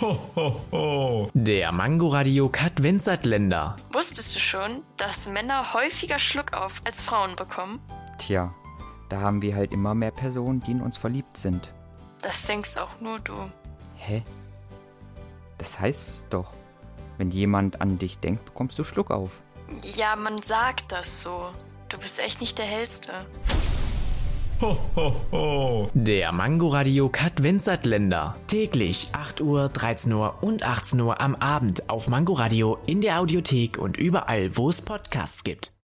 Ho, ho, ho. Der Mangoradiokat Adventsatländer. Wusstest du schon, dass Männer häufiger Schluckauf als Frauen bekommen? Tja, da haben wir halt immer mehr Personen, die in uns verliebt sind. Das denkst auch nur du. Hä? Das heißt doch, wenn jemand an dich denkt, bekommst du Schluckauf. Ja, man sagt das so. Du bist echt nicht der Hellste. Ho, ho, ho. Der Mangoradiokat Adventsatländer. Täglich 8 Uhr, 13 Uhr und 18 Uhr am Abend auf Mangoradio in der Audiothek und überall, wo es Podcasts gibt.